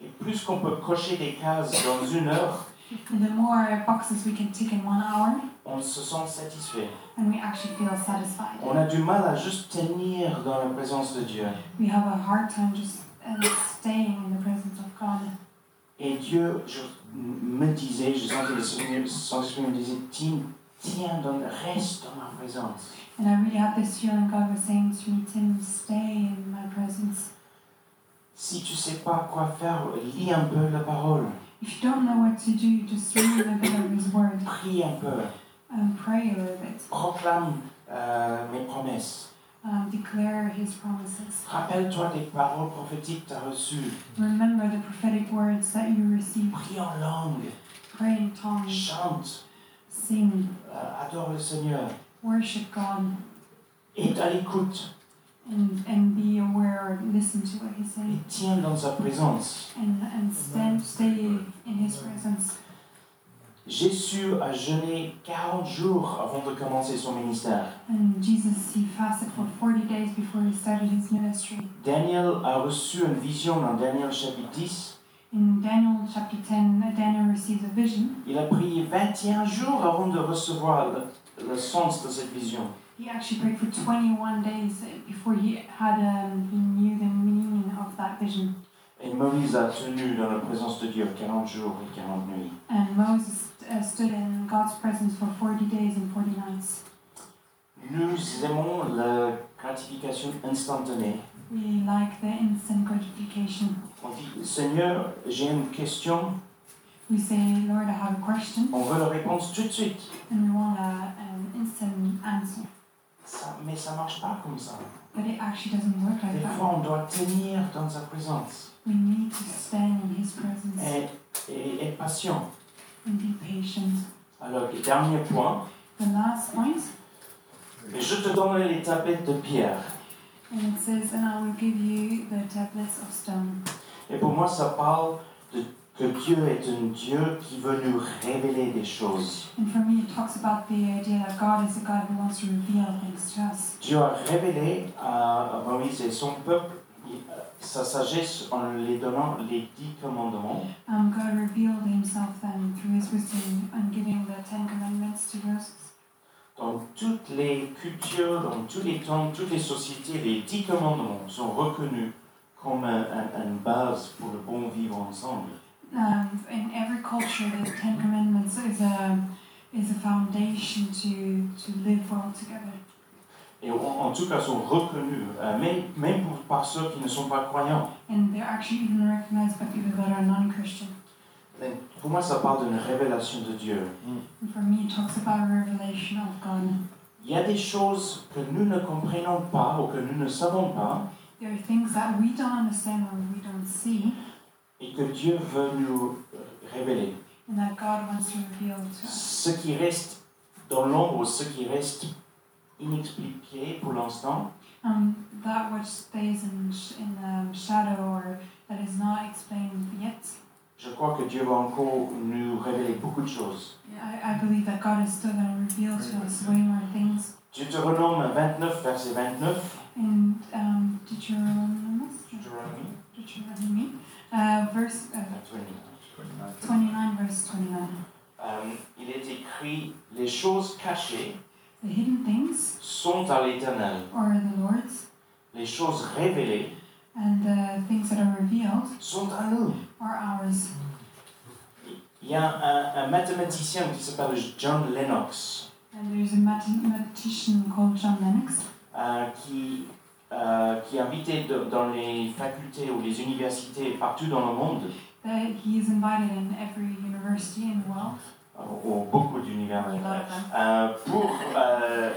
S2: Et plus qu'on peut cocher des cases dans une heure,
S1: And the more boxes we can tick in one hour,
S2: on se sent satisfait.
S1: and we actually feel satisfied.
S2: On a du mal à juste tenir dans la présence de Dieu.
S1: We have a hard time just uh, staying in the presence of God.
S2: Et Dieu je, me disait, je sentais le Seigneur- le Saint-Esprit me disait, Tim, tiens, dans, reste dans ma présence.
S1: And I really had this feeling God was saying to me, Tim, stay in my presence.
S2: Si tu sais pas quoi faire, lis un peu la parole,
S1: If you don't know what to do, just read a bit of His Word
S2: prie un peu,
S1: and pray a little bit.
S2: proclame euh, mes promesses.
S1: Um, declare His promises.
S2: Rappelle-toi des paroles prophétiques que tu as reçues.
S1: Remember the prophetic words that you received.
S2: Prie en langue,
S1: Pray in tongues.
S2: chante,
S1: Sing.
S2: euh, adore le Seigneur.
S1: Worship God.
S2: Et à l'écoute,
S1: And, and be aware or listen to what He's
S2: et
S1: saying.
S2: tiens dans sa présence.
S1: And, and stand, stay in His presence.
S2: Jésus a jeûné 40 jours avant de commencer son ministère.
S1: And Jesus, he fasted for 40 days before he started his ministry.
S2: Daniel a reçu une vision dans Daniel chapitre 10.
S1: In Daniel chapter 10, Daniel receives a vision.
S2: Il a prié 21 jours avant de recevoir le, le sens de cette vision.
S1: He actually prayed for 21 days before he had um, he knew the meaning of that vision.
S2: Et Moïse a tenu dans la présence de Dieu 40 jours et 40 nuits.
S1: And Moses uh, stood in God's presence for 40 days and 40 nights.
S2: Nous aimons la gratification instantanée.
S1: We like the instant gratification.
S2: On dit Seigneur, j'ai une question,
S1: We say, Lord, I have a question,
S2: on veut la réponse tout de suite.
S1: and we want a, an instant answer.
S2: Ça- mais ça marche pas comme ça.
S1: But it actually doesn't work like
S2: Des
S1: that.
S2: fois, on doit tenir dans sa présence
S1: We need to stand in his presence.
S2: et, et être patient.
S1: and be patient.
S2: Alors, dernier point,
S1: The last point,
S2: et je te donnerai les tablettes de pierre.
S1: and it says, And I will give you the tablets of stone.
S2: Et pour moi, ça parle de que Dieu est un Dieu qui veut nous révéler des choses.
S1: And for me, it talks about the idea that God is a God who wants to reveal things to us.
S2: Dieu a révélé à Moïse et son peuple euh, sa sagesse en les donnant les dix commandements.
S1: Um, God revealed himself then through his wisdom and giving the Ten Commandments to Moses.
S2: Dans toutes les cultures, dans tous les temps, toutes les sociétés, les dix commandements sont reconnus comme un- un- une base pour le bon vivre ensemble.
S1: Um, in every culture, the Ten Commandments is a, is a foundation to, to live well together.
S2: Et en, en tout cas, sont reconnus, euh, même, même pour- par ceux qui ne sont pas croyants.
S1: And they're actually even recognized by people that are non Christian.
S2: Mais Pour moi, ça parle d'une révélation de Dieu.
S1: And for me, it talks about a revelation of God.
S2: Il y a des choses que nous ne comprenons pas ou que nous ne savons pas
S1: There are things that we don't understand or we don't see,
S2: et que Dieu veut nous euh, révéler.
S1: and that God wants to reveal to us.
S2: Ce qui reste dans l'ombre, ce qui reste inexpliqué pour l'instant,
S1: Um, that which stays in, sh- in the shadow or that is not explained yet.
S2: je crois que Dieu va encore nous révéler beaucoup de choses.
S1: I, I believe that God is still going to reveal to us way more things.
S2: Je te renomme à 29, verset 29,
S1: And um, Deuteronomy,
S2: Deutéronomie
S1: Deuteronomy uh, verse uh,
S2: 29.
S1: 29, verse 29.
S2: Euh, il est écrit Les choses cachées
S1: The hidden things
S2: sont à l'éternel,
S1: are the Lord's,
S2: les choses révélées
S1: and the things that are revealed
S2: sont à nous.
S1: are ours.
S2: il y a un, un mathématicien qui s'appelle John Lennox
S1: And there's a mathematician called John Lennox
S2: euh, qui, euh, qui est invité de- dans les facultés ou les universités partout dans le monde,
S1: that he is invited in every university in the world,
S2: euh, ou beaucoup d'univers,
S1: a lot of them,
S2: euh, pour euh,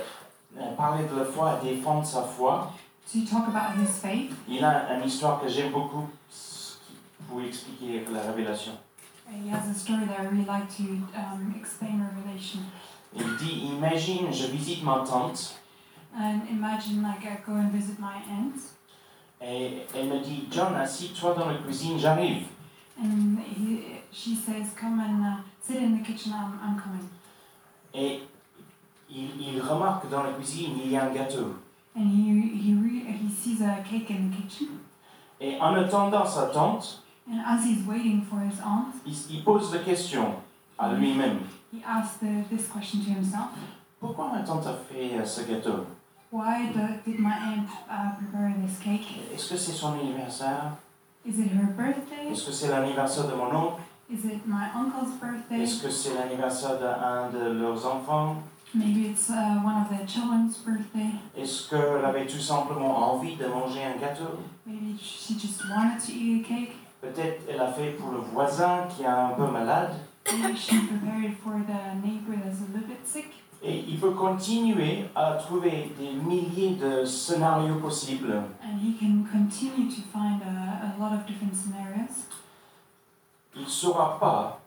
S2: parler de la foi, défendre sa foi.
S1: to talk about his faith.
S2: Il a une histoire que j'aime beaucoup ce qui- pour expliquer la révélation.
S1: He has a story that I really like to um, explain Revelation.
S2: Il dit, imagine, je visite ma tante
S1: And imagine like I go and visit my aunt,
S2: et elle me dit, John, assis-toi dans la cuisine, j'arrive.
S1: and he, she says, "Come and uh, sit in the kitchen. I'm, I'm coming."
S2: Et il, il remarque que dans la cuisine, il y a un gâteau.
S1: And he he re- he sees a cake in the kitchen,
S2: Et en attendant sa tante,
S1: and as he's waiting for his aunt,
S2: il, il pose la question à lui-même.
S1: he asks the, this question to himself:
S2: Pourquoi ma tante a fait euh, ce gâteau
S1: Why the, did my aunt uh, prepare this cake?
S2: Est-ce que c'est son anniversaire
S1: Is it her birthday?
S2: Est-ce que c'est l'anniversaire de mon oncle
S1: Is it my uncle's birthday?
S2: Est-ce que c'est l'anniversaire d'un de leurs enfants
S1: Maybe it's uh, one of the children's birthday.
S2: Est-ce qu'elle avait tout simplement envie de manger un gâteau
S1: Maybe she just wanted to eat a cake.
S2: Peut-être elle a fait pour le voisin qui est un peu malade.
S1: Maybe she prepared it for the neighbor that's a little bit sick.
S2: Et il peut continuer à trouver des milliers de scénarios possibles.
S1: And he can continue to find uh, a, a lot of different scenarios.
S2: Il ne saura pas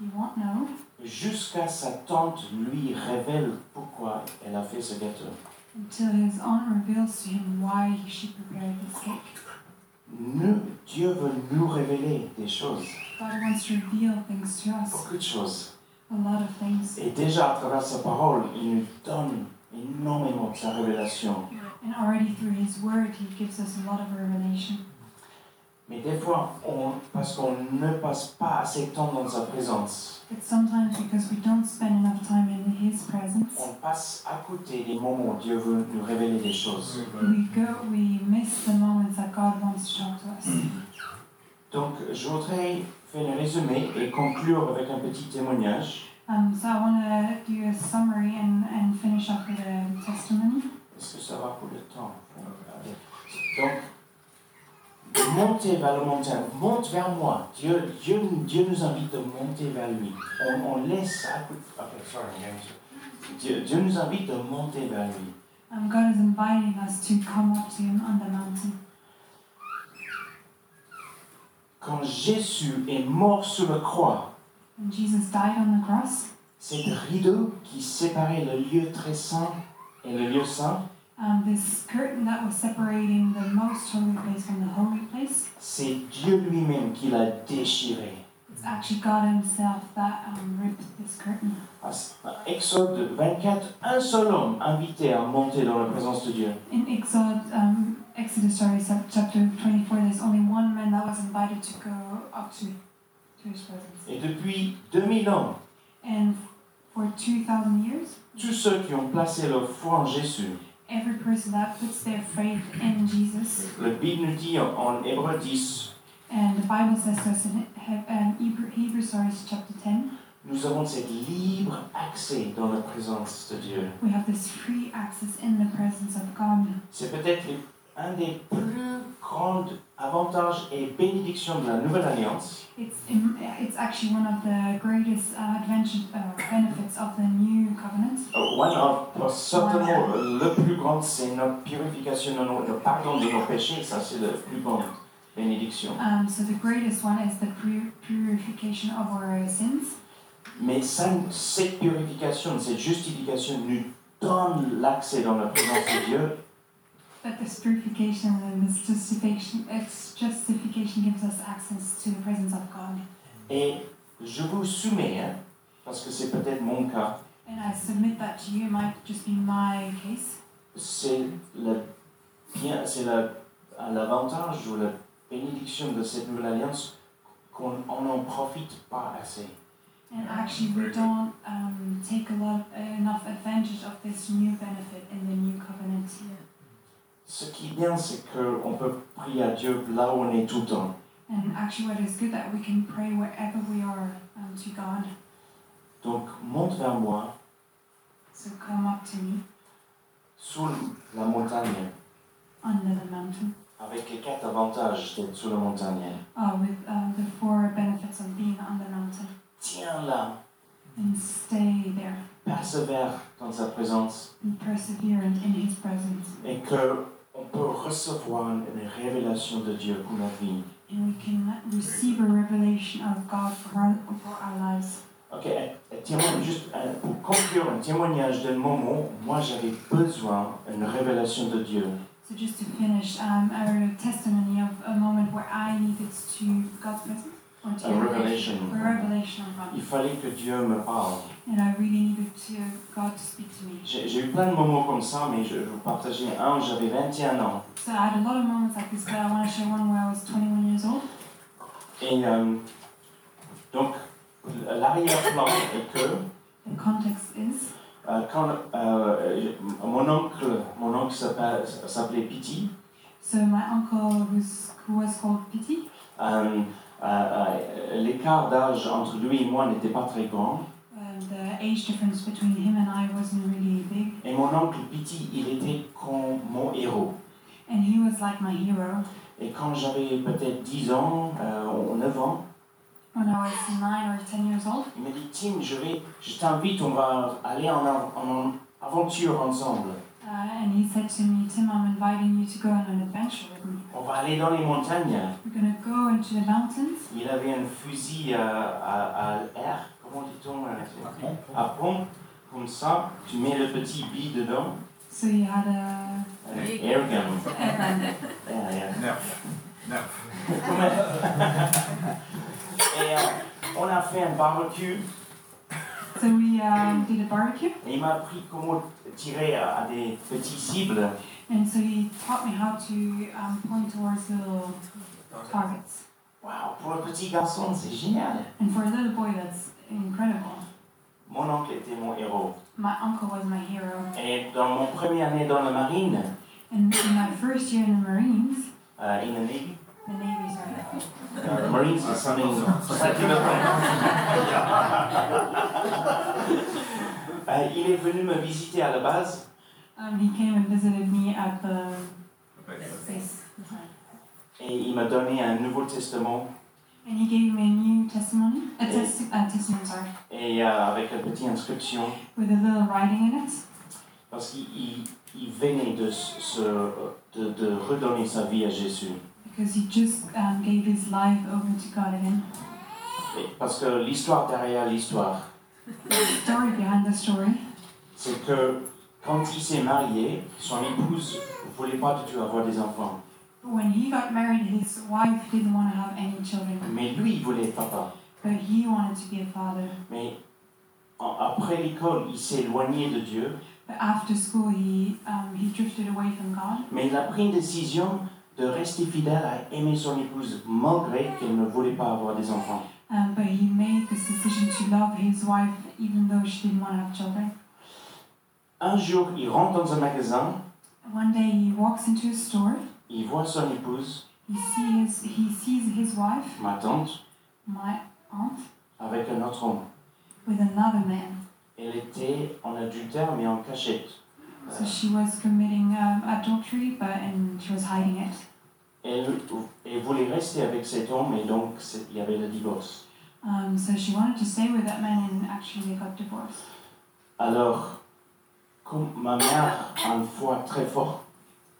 S1: You won't know
S2: jusqu'à sa tante lui révèle pourquoi elle a fait ce gâteau.
S1: until his aunt reveals to him why he should prepare this cake.
S2: Nous, Dieu veut nous révéler des choses,
S1: God wants to reveal things to us,
S2: beaucoup de choses.
S1: a lot of things.
S2: Et déjà à travers sa parole, il nous donne énormément de sa révélation.
S1: And already through his word, he gives us a lot of revelation.
S2: Mais des fois, on, parce qu'on ne passe pas assez de temps dans sa présence,
S1: But sometimes, because we don't spend enough time in his presence,
S2: On passe à côté des moments où Dieu veut nous révéler des choses.
S1: we go, we miss the moments that God wants to talk to us.
S2: Donc, je voudrais faire un résumé et conclure avec un petit témoignage.
S1: Um, so I want to do a summary and, and finish off with a testimony.
S2: Est-ce que ça va pour le temps Donc, montez vers le montagne, monte vers moi. Dieu, Dieu, Dieu nous invite de monter vers lui. On, on laisse à côté. Ok, sorry, I'm going to- Dieu, Dieu nous invite de monter vers lui.
S1: Um, God is inviting us to come up to Him on the mountain.
S2: Quand Jésus est mort sur la croix,
S1: When Jesus died on the cross,
S2: c'est le rideau qui séparait le lieu très saint et le lieu saint.
S1: um, this curtain that was separating the most holy place from the holy place,
S2: C'est Dieu lui-même qui l'a déchiré.
S1: it's actually God Himself that um, ripped this curtain.
S2: À Exode 24, un seul homme invité à monter dans la présence de Dieu.
S1: In Exod, um, Exodus, sorry, sub- chapter 24, there's only one man that was invited to go up to, to His presence.
S2: Et depuis 2000 ans,
S1: And for 2,000 years,
S2: tous ceux qui ont placé leur foi en Jésus,
S1: every person that puts their faith in Jesus
S2: la Bible nous dit en, en Hébreu 10,
S1: And the Bible says to us in Heb- um, Hebrew, Hebrew sorry, chapter 10,
S2: nous avons cet libre accès dans la présence de Dieu.
S1: we have this free access in the presence of God.
S2: C'est peut-être le- un des plus grands avantages et bénédictions de la Nouvelle Alliance.
S1: It's, im- it's actually one of the greatest uh, adventure, uh, benefits of the new covenant.
S2: Euh, One of, certainement, euh, le plus grand, c'est notre purification, de nos- le pardon de nos péchés, ça c'est la plus grande bénédiction.
S1: Um, so the greatest one is the pur- purification of our sins.
S2: Mais ça, cette purification, cette justification nous donne l'accès dans la présence de Dieu
S1: But this purification and this justification, its justification gives us access to the presence of God.
S2: et je vous soumets, hein, parce que c'est peut-être mon cas,
S1: And I submit that to you, it might just be my case.
S2: c'est le bien, c'est le- l'avantage ou la bénédiction de cette nouvelle alliance qu'on on n'en profite pas assez.
S1: And actually, we don't um, take a lot enough advantage of this new benefit in the new covenant.
S2: Ce qui est bien, c'est qu'on peut prier à Dieu là où on est tout le temps.
S1: And actually, what is good that we can pray wherever we are um, to God.
S2: Donc monte vers moi
S1: So come up to me
S2: sous la montagne,
S1: under the mountain,
S2: avec les quatre avantages d'être sous la montagne.
S1: uh, with uh, the four benefits of being on the mountain,
S2: Tiens-la,
S1: and stay there
S2: persévère dans sa présence
S1: and persevere in in His presence,
S2: et que on peut recevoir une révélation de Dieu pour notre vie.
S1: and we can receive a revelation of God for our, for our lives.
S2: Ok, un témoignage, juste euh, pour conclure un témoignage d'un moment où moi j'avais besoin d'une révélation de Dieu.
S1: So just to finish, um, a testimony of a moment where I needed to God's presence or to
S2: A revelation.
S1: a revelation of God,
S2: Il fallait que Dieu me parle.
S1: and I really needed to God to speak to me.
S2: J'ai j'ai eu plein de moments comme ça, mais je vais vous partager un, j'avais 21 ans.
S1: So I had a lot of moments like this, but I want to share one where I was 21 years old.
S2: Et euh, donc, l'arrière-plan est que
S1: The context is
S2: euh, quand euh, mon oncle, mon oncle s'appelle- s'appelait Pity,
S1: so my uncle, who's, who was called Pity,
S2: euh, euh, euh, l'écart d'âge entre lui et moi n'était pas très grand.
S1: uh, the age difference between him and I wasn't really big,
S2: Et mon oncle Pity, il était comme mon héros.
S1: and he was like my hero.
S2: Et quand j'avais peut-être 10 ans euh, ou 9 ans,
S1: When I was 9 or 10 years old,
S2: il m'a dit Tim, je, vais, je t'invite, on va aller en, av- en aventure ensemble.
S1: uh, and he said to me, Tim, I'm inviting you to go on an adventure with me.
S2: On va aller dans les montagnes.
S1: We're going to go into the mountains.
S2: Il avait un fusil à, à, à air, comment dit-on euh, À pompe, comme ça, tu mets le petit bill dedans,
S1: So he had a.
S2: euh, air gun. air, air.
S5: Nerf.
S2: Comme un- Et euh, on a fait un barbecue,
S1: so we um, did a barbecue,
S2: et il m'a appris comment tirer à, à des petites cibles.
S1: and so he taught me how to um, point towards little targets.
S2: Waouh, pour un petit garçon, c'est génial
S1: And for a little boy, that's incredible.
S2: Mon oncle était mon héros.
S1: My uncle was my hero.
S2: Et dans mon premier année dans la marine,
S1: And in my first year in the Marines,
S2: euh, in the Navy,
S1: the Navy, sorry,
S2: euh, Marines, c'est something slightly different. Euh, il est venu me visiter à la base
S1: um, he came and visited me at the base.
S2: et il m'a donné un Nouveau Testament
S1: And he gave me a new testimony, a, testi- a testimony, sorry,
S2: et euh, avec une petite inscription
S1: with a little writing in it.
S2: parce qu'il il- il venait de, s- se, euh, de, de redonner sa vie à Jésus.
S1: Because he just um, gave his life over to God again.
S2: Et parce que l'histoire derrière l'histoire,
S1: The story behind the story
S2: c'est que quand il s'est marié, son épouse ne voulait pas du tout avoir des enfants.
S1: when he got married, his wife didn't want to have any children,
S2: Mais lui, il voulait papa.
S1: but he wanted to be a father.
S2: Mais en- après l'école, il s'est éloigné de Dieu.
S1: But after school, he um, he drifted away from God.
S2: Mais il a pris une décision de rester fidèle à aimer son épouse malgré qu'elle ne voulait pas avoir des enfants.
S1: Um, but he made this decision to love his wife even though she didn't want to have children.
S2: Un jour, il rentre dans un magasin,
S1: One day he walks into a store.
S2: il voit son épouse,
S1: He sees he sees his wife,
S2: ma tante,
S1: my aunt,
S2: avec un autre homme.
S1: with another man.
S2: Elle était en adultère mais en cachette.
S1: So she was committing um, adultery, but and she was hiding it.
S2: Elle, elle voulait rester avec cet homme et donc c'est- il y avait le divorce.
S1: Um, so she wanted to stay with that man, and actually they got divorced.
S2: Alors, comme ma mère a une foi très forte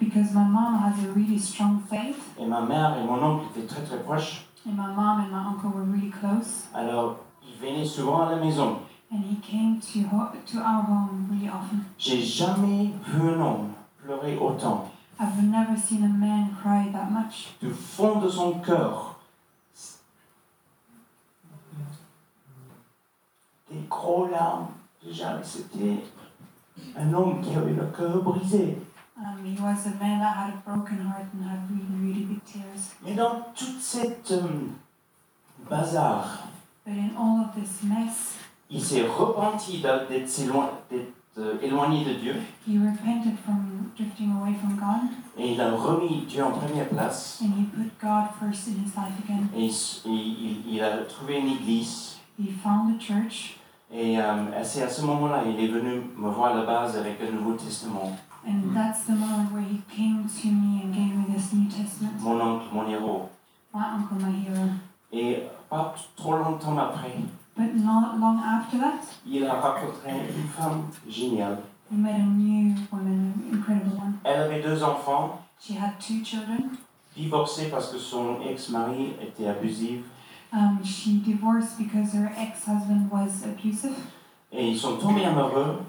S1: Because my mom has a really strong faith,
S2: et ma mère et mon oncle étaient très très proches,
S1: and my mom and my uncle were really close,
S2: alors ils venaient souvent à la maison.
S1: and he came to ho- to our home really often.
S2: J'ai jamais vu un homme pleurer autant.
S1: I've never seen a man cry that much.
S2: Du fond de son cœur, des gros larmes. Déjà, c'était un homme qui avait le cœur brisé.
S1: Um, he was a man that had a broken heart and had really, really big tears.
S2: Mais dans toute cette euh, bazar,
S1: But in all of this mess,
S2: il s'est repenti d'a- d'être si loin- d'être, euh, éloigné de Dieu
S1: he repented from drifting away from God,
S2: et il a remis Dieu en première place
S1: and he put God first in his life again.
S2: et il s- il- il- il a trouvé une église
S1: He found the church,
S2: Et euh, c'est à ce moment-là, il est venu me voir à la base avec le Nouveau Testament.
S1: and that's the moment where he came to me and gave me this New Testament.
S2: Mon oncle, mon héros.
S1: My uncle, my hero.
S2: Et pas t- trop longtemps après,
S1: But not long after that,
S2: il a rencontré une femme géniale.
S1: we met a new woman, an incredible one.
S2: Elle avait deux enfants,
S1: She had two children.
S2: divorcée parce que son ex-mari était abusif.
S1: Um, she divorced because her ex-husband was abusive,
S2: Et ils sont tombés amoureux,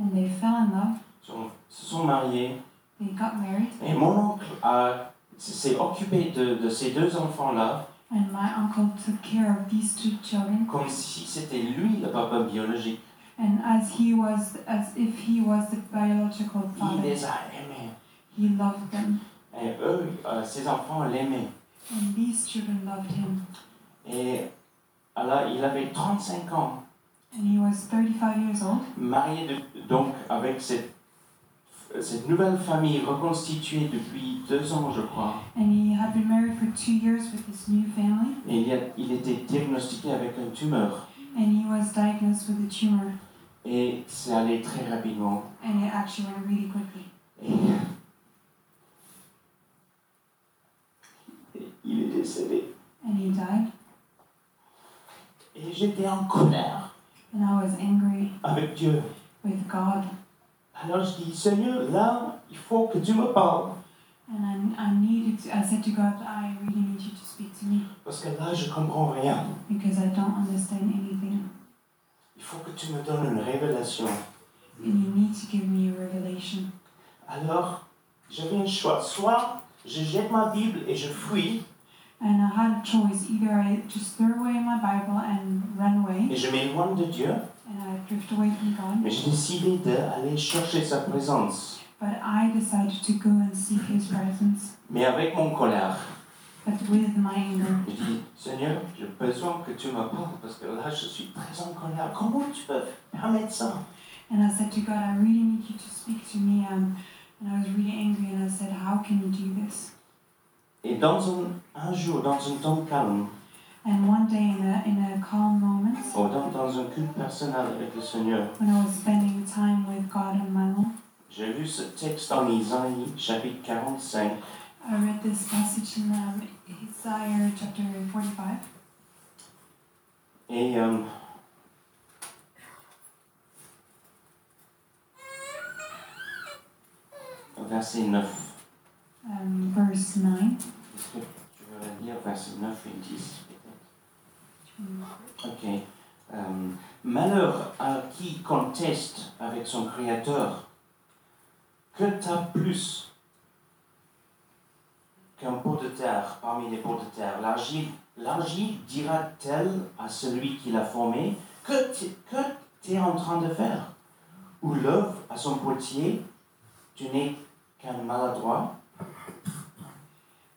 S1: and they fell in love.
S2: sont- se sont mariés.
S1: They got married,
S2: Et mon oncle a- s- s'est occupé de, de ces deux enfants-là
S1: and my uncle took care of these two children.
S2: comme si c'était lui le papa biologique.
S1: And as he was, as if he was the biological
S2: Il
S1: father,
S2: les a aimés.
S1: he loved them,
S2: Et eux, euh, ses enfants l'aimaient.
S1: and these children loved him.
S2: Et alors, il avait 35 ans,
S1: And he was 35 years old,
S2: marié de- donc avec cette, cette nouvelle famille reconstituée depuis deux ans, je crois.
S1: and he had been married for two years with his new family,
S2: Et il, y a- il était diagnostiqué avec une tumeur.
S1: and he was diagnosed with a tumor,
S2: Et c'est allé très rapidement.
S1: and it actually went really quickly.
S2: Et et il est décédé.
S1: And he died,
S2: Et j'étais en colère
S1: and I was angry
S2: avec Dieu.
S1: with God,
S2: Alors je dis, Seigneur, là, il faut que tu me parles.
S1: and I, I needed to, I said to God, I really need you to speak to me,
S2: Parce que là, je comprends rien.
S1: because I don't understand anything,
S2: Il faut que tu me donnes une révélation.
S1: and you need to give me a revelation.
S2: Alors, j'avais un choix. Soit je jette ma Bible et je fuis
S1: And I had a choice. Either I just threw away my Bible and ran away,
S2: et je m'éloigne de Dieu,
S1: and I drift away from God.
S2: mais j'ai décidé d'aller chercher sa présence.
S1: But I decided to go and seek His presence.
S2: Mais avec mon colère,
S1: But with my anger,
S2: je dis, Seigneur, j'ai besoin que tu me parles parce que là, je suis très en colère. Comment tu peux permettre ça
S1: and I said to God, "I really need you to speak to me." Um, and I was really angry, and I said, "How can you do this?"
S2: Et dans un, un jour, dans un temps calme,
S1: And one day, in a in a calm moment,
S2: ou dans, dans un culte personnel avec le Seigneur,
S1: when I was spending time with God on my own,
S2: J'ai lu ce texte en Isaïe, chapitre 45,
S1: I read this passage in um, Isaiah chapter forty-five,
S2: et euh, verset 9.
S1: um, verse nine.
S2: Est-ce que tu veux la lire, verset 9 et 10 peut-être? Ok. Euh, malheur à qui conteste avec son Créateur. Que t'as plus qu'un pot de terre parmi les pots de terre L'argile, l'argile dira-t-elle à celui qui l'a formé Que t'es, que t'es en train de faire Ou l'œuvre à son potier Tu n'es qu'un maladroit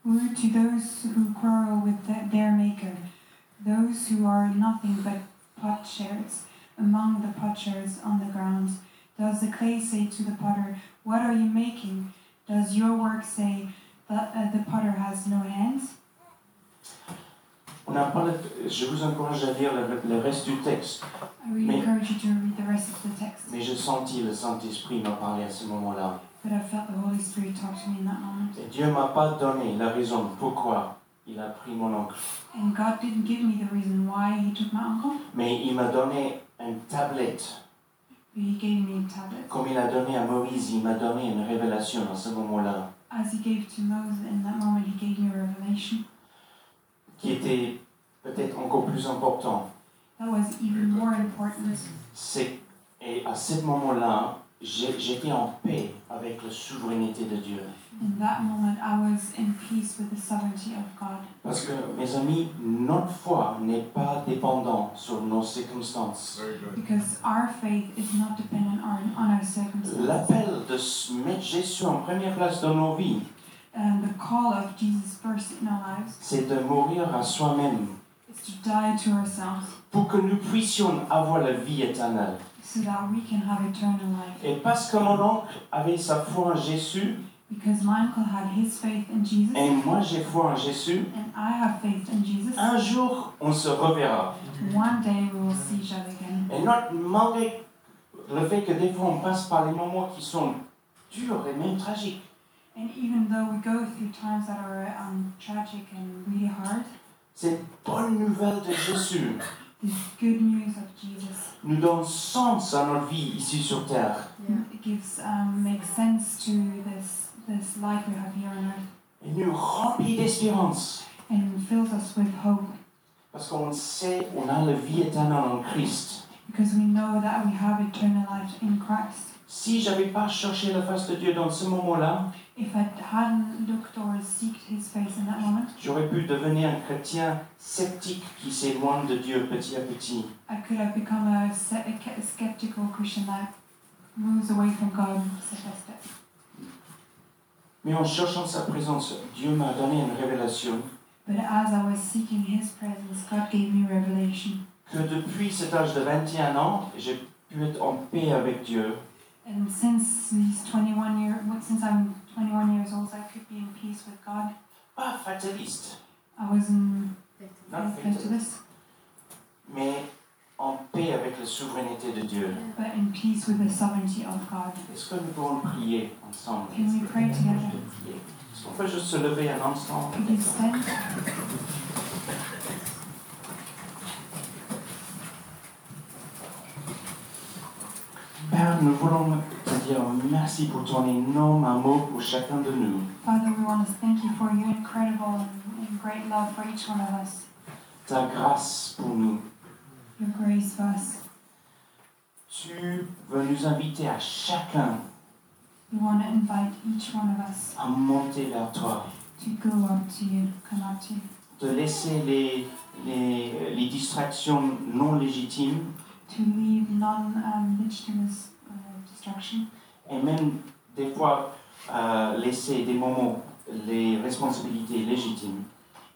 S1: Woe to those who quarrel with the- their maker, those who are nothing but potsherds among the potsherds on the ground. Does the clay say to the potter, What are you making? Does your work say that uh, the potter has no hands?
S2: On n'a pas le- Je vous encourage à lire le, le reste du texte,
S1: I really
S2: Mais-
S1: encourage you to read the rest of the text,
S2: mais je sentis le Saint-Esprit m'a parlé à ce moment-là.
S1: but I felt the Holy Spirit talk to me in that moment.
S2: Et Dieu m'a pas donné la raison pourquoi il a pris mon oncle,
S1: And God didn't give me the reason why He took my uncle,
S2: mais il m'a donné une tablette.
S1: but He gave me a tablet.
S2: Comme il a donné à Moïse, il m'a donné une révélation à ce moment-là,
S1: As He gave to Moses in that moment, He gave me a revelation.
S2: qui était peut-être encore plus important.
S1: That was even more important.
S2: C'est... Et à ce moment-là, j'ai- j'étais en paix avec la souveraineté de Dieu.
S1: In that moment, I was in peace with the sovereignty of God.
S2: Parce que, mes amis, notre foi n'est pas dépendante sur nos circonstances.
S3: Very good.
S1: Because our faith is not dependent on, on our circumstances.
S2: L'appel de se mettre Jésus en première place dans nos vies,
S1: And the call of Jesus first in our lives
S2: c'est de mourir à soi-même
S1: is to die to ourselves
S2: pour que nous puissions avoir la vie éternelle.
S1: so that we can have eternal life.
S2: Et parce que mon oncle avait sa foi en Jésus,
S1: Because my uncle had his faith in Jesus,
S2: et moi j'ai foi en Jésus,
S1: and I have faith in Jesus.
S2: un jour on se reverra.
S1: One day we will see each other again.
S2: Et not- malgré le fait que des fois on passe par les moments qui sont durs et même tragiques,
S1: And even though we go through times that are um, tragic and really hard,
S2: cette bonne nouvelle de Jésus
S1: this good news of Jesus
S2: nous donne sens à notre vie ici sur terre.
S1: it gives um, makes sense to this this life we have here on earth
S2: Il nous remplit d'espérance
S1: and fills us with hope
S2: parce qu'on sait on a la vie éternelle en Christ.
S1: because we know that we have eternal life in Christ.
S2: Si j'avais pas cherché la face de Dieu dans ce moment-là,
S1: If I hadn't looked or seeked His face in that moment,
S2: j'aurais pu devenir un chrétien sceptique qui s'éloigne de Dieu petit à petit.
S1: I could have become a, se- a ke- skeptical Christian that moves away from God step by step.
S2: Mais en cherchant sa présence, Dieu m'a donné une révélation
S1: But as I was seeking His presence, God gave me revelation.
S2: que depuis cet âge de 21 ans, j'ai pu être en paix avec Dieu
S1: And since these 21 year, well, since I'm 21 years old, I could be in peace with God.
S2: pas fataliste,
S1: I wasn't
S2: non
S1: into
S2: fataliste,
S1: this,
S2: mais en paix avec la souveraineté de Dieu.
S1: but in peace with the sovereignty of God.
S2: Est-ce que nous pouvons prier ensemble
S1: Can we pray together?
S2: Est-ce qu'on peut juste se lever un instant
S1: Could you stand?
S2: Père, nous voulons te dire merci pour ton énorme amour pour chacun de nous.
S1: Father, we want to thank you for your incredible and and great love for each one of us,
S2: Ta grâce pour nous.
S1: your grace for us.
S2: Tu veux nous inviter à chacun
S1: We want to invite each one of us
S2: à monter vers toi,
S1: to go up to you, come up to you,
S2: de laisser les, les, les distractions non légitimes
S1: to leave non um, legitimate uh, destruction,
S2: et même des fois euh, laisser des moments les responsabilités légitimes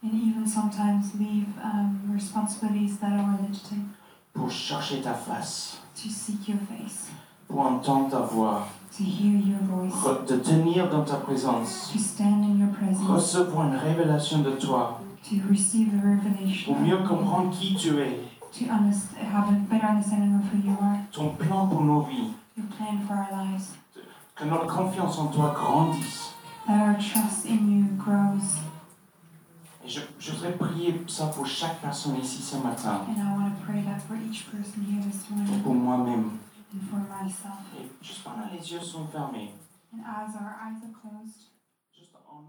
S1: and even sometimes leave um, responsibilities that are legitimate
S2: pour chercher ta face,
S1: to seek your face,
S2: pour entendre ta voix,
S1: to hear your voice,
S2: re- te tenir dans ta présence,
S1: to stand in your presence,
S2: recevoir une révélation de toi
S1: to receive a revelation,
S2: pour mieux comprendre qui tu es,
S1: to underst- have a better understanding of who you are,
S2: ton plan pour nos vies,
S1: your plan for our lives,
S2: que notre confiance en toi grandisse.
S1: that our trust in you grows.
S2: Et je, je voudrais prier ça pour chaque personne ici ce matin,
S1: And I want to pray that for each person here this
S2: et
S1: morning
S2: pour moi-même.
S1: and for myself.
S2: Et juste pendant les yeux sont fermés,
S1: And as our eyes are closed,
S2: juste en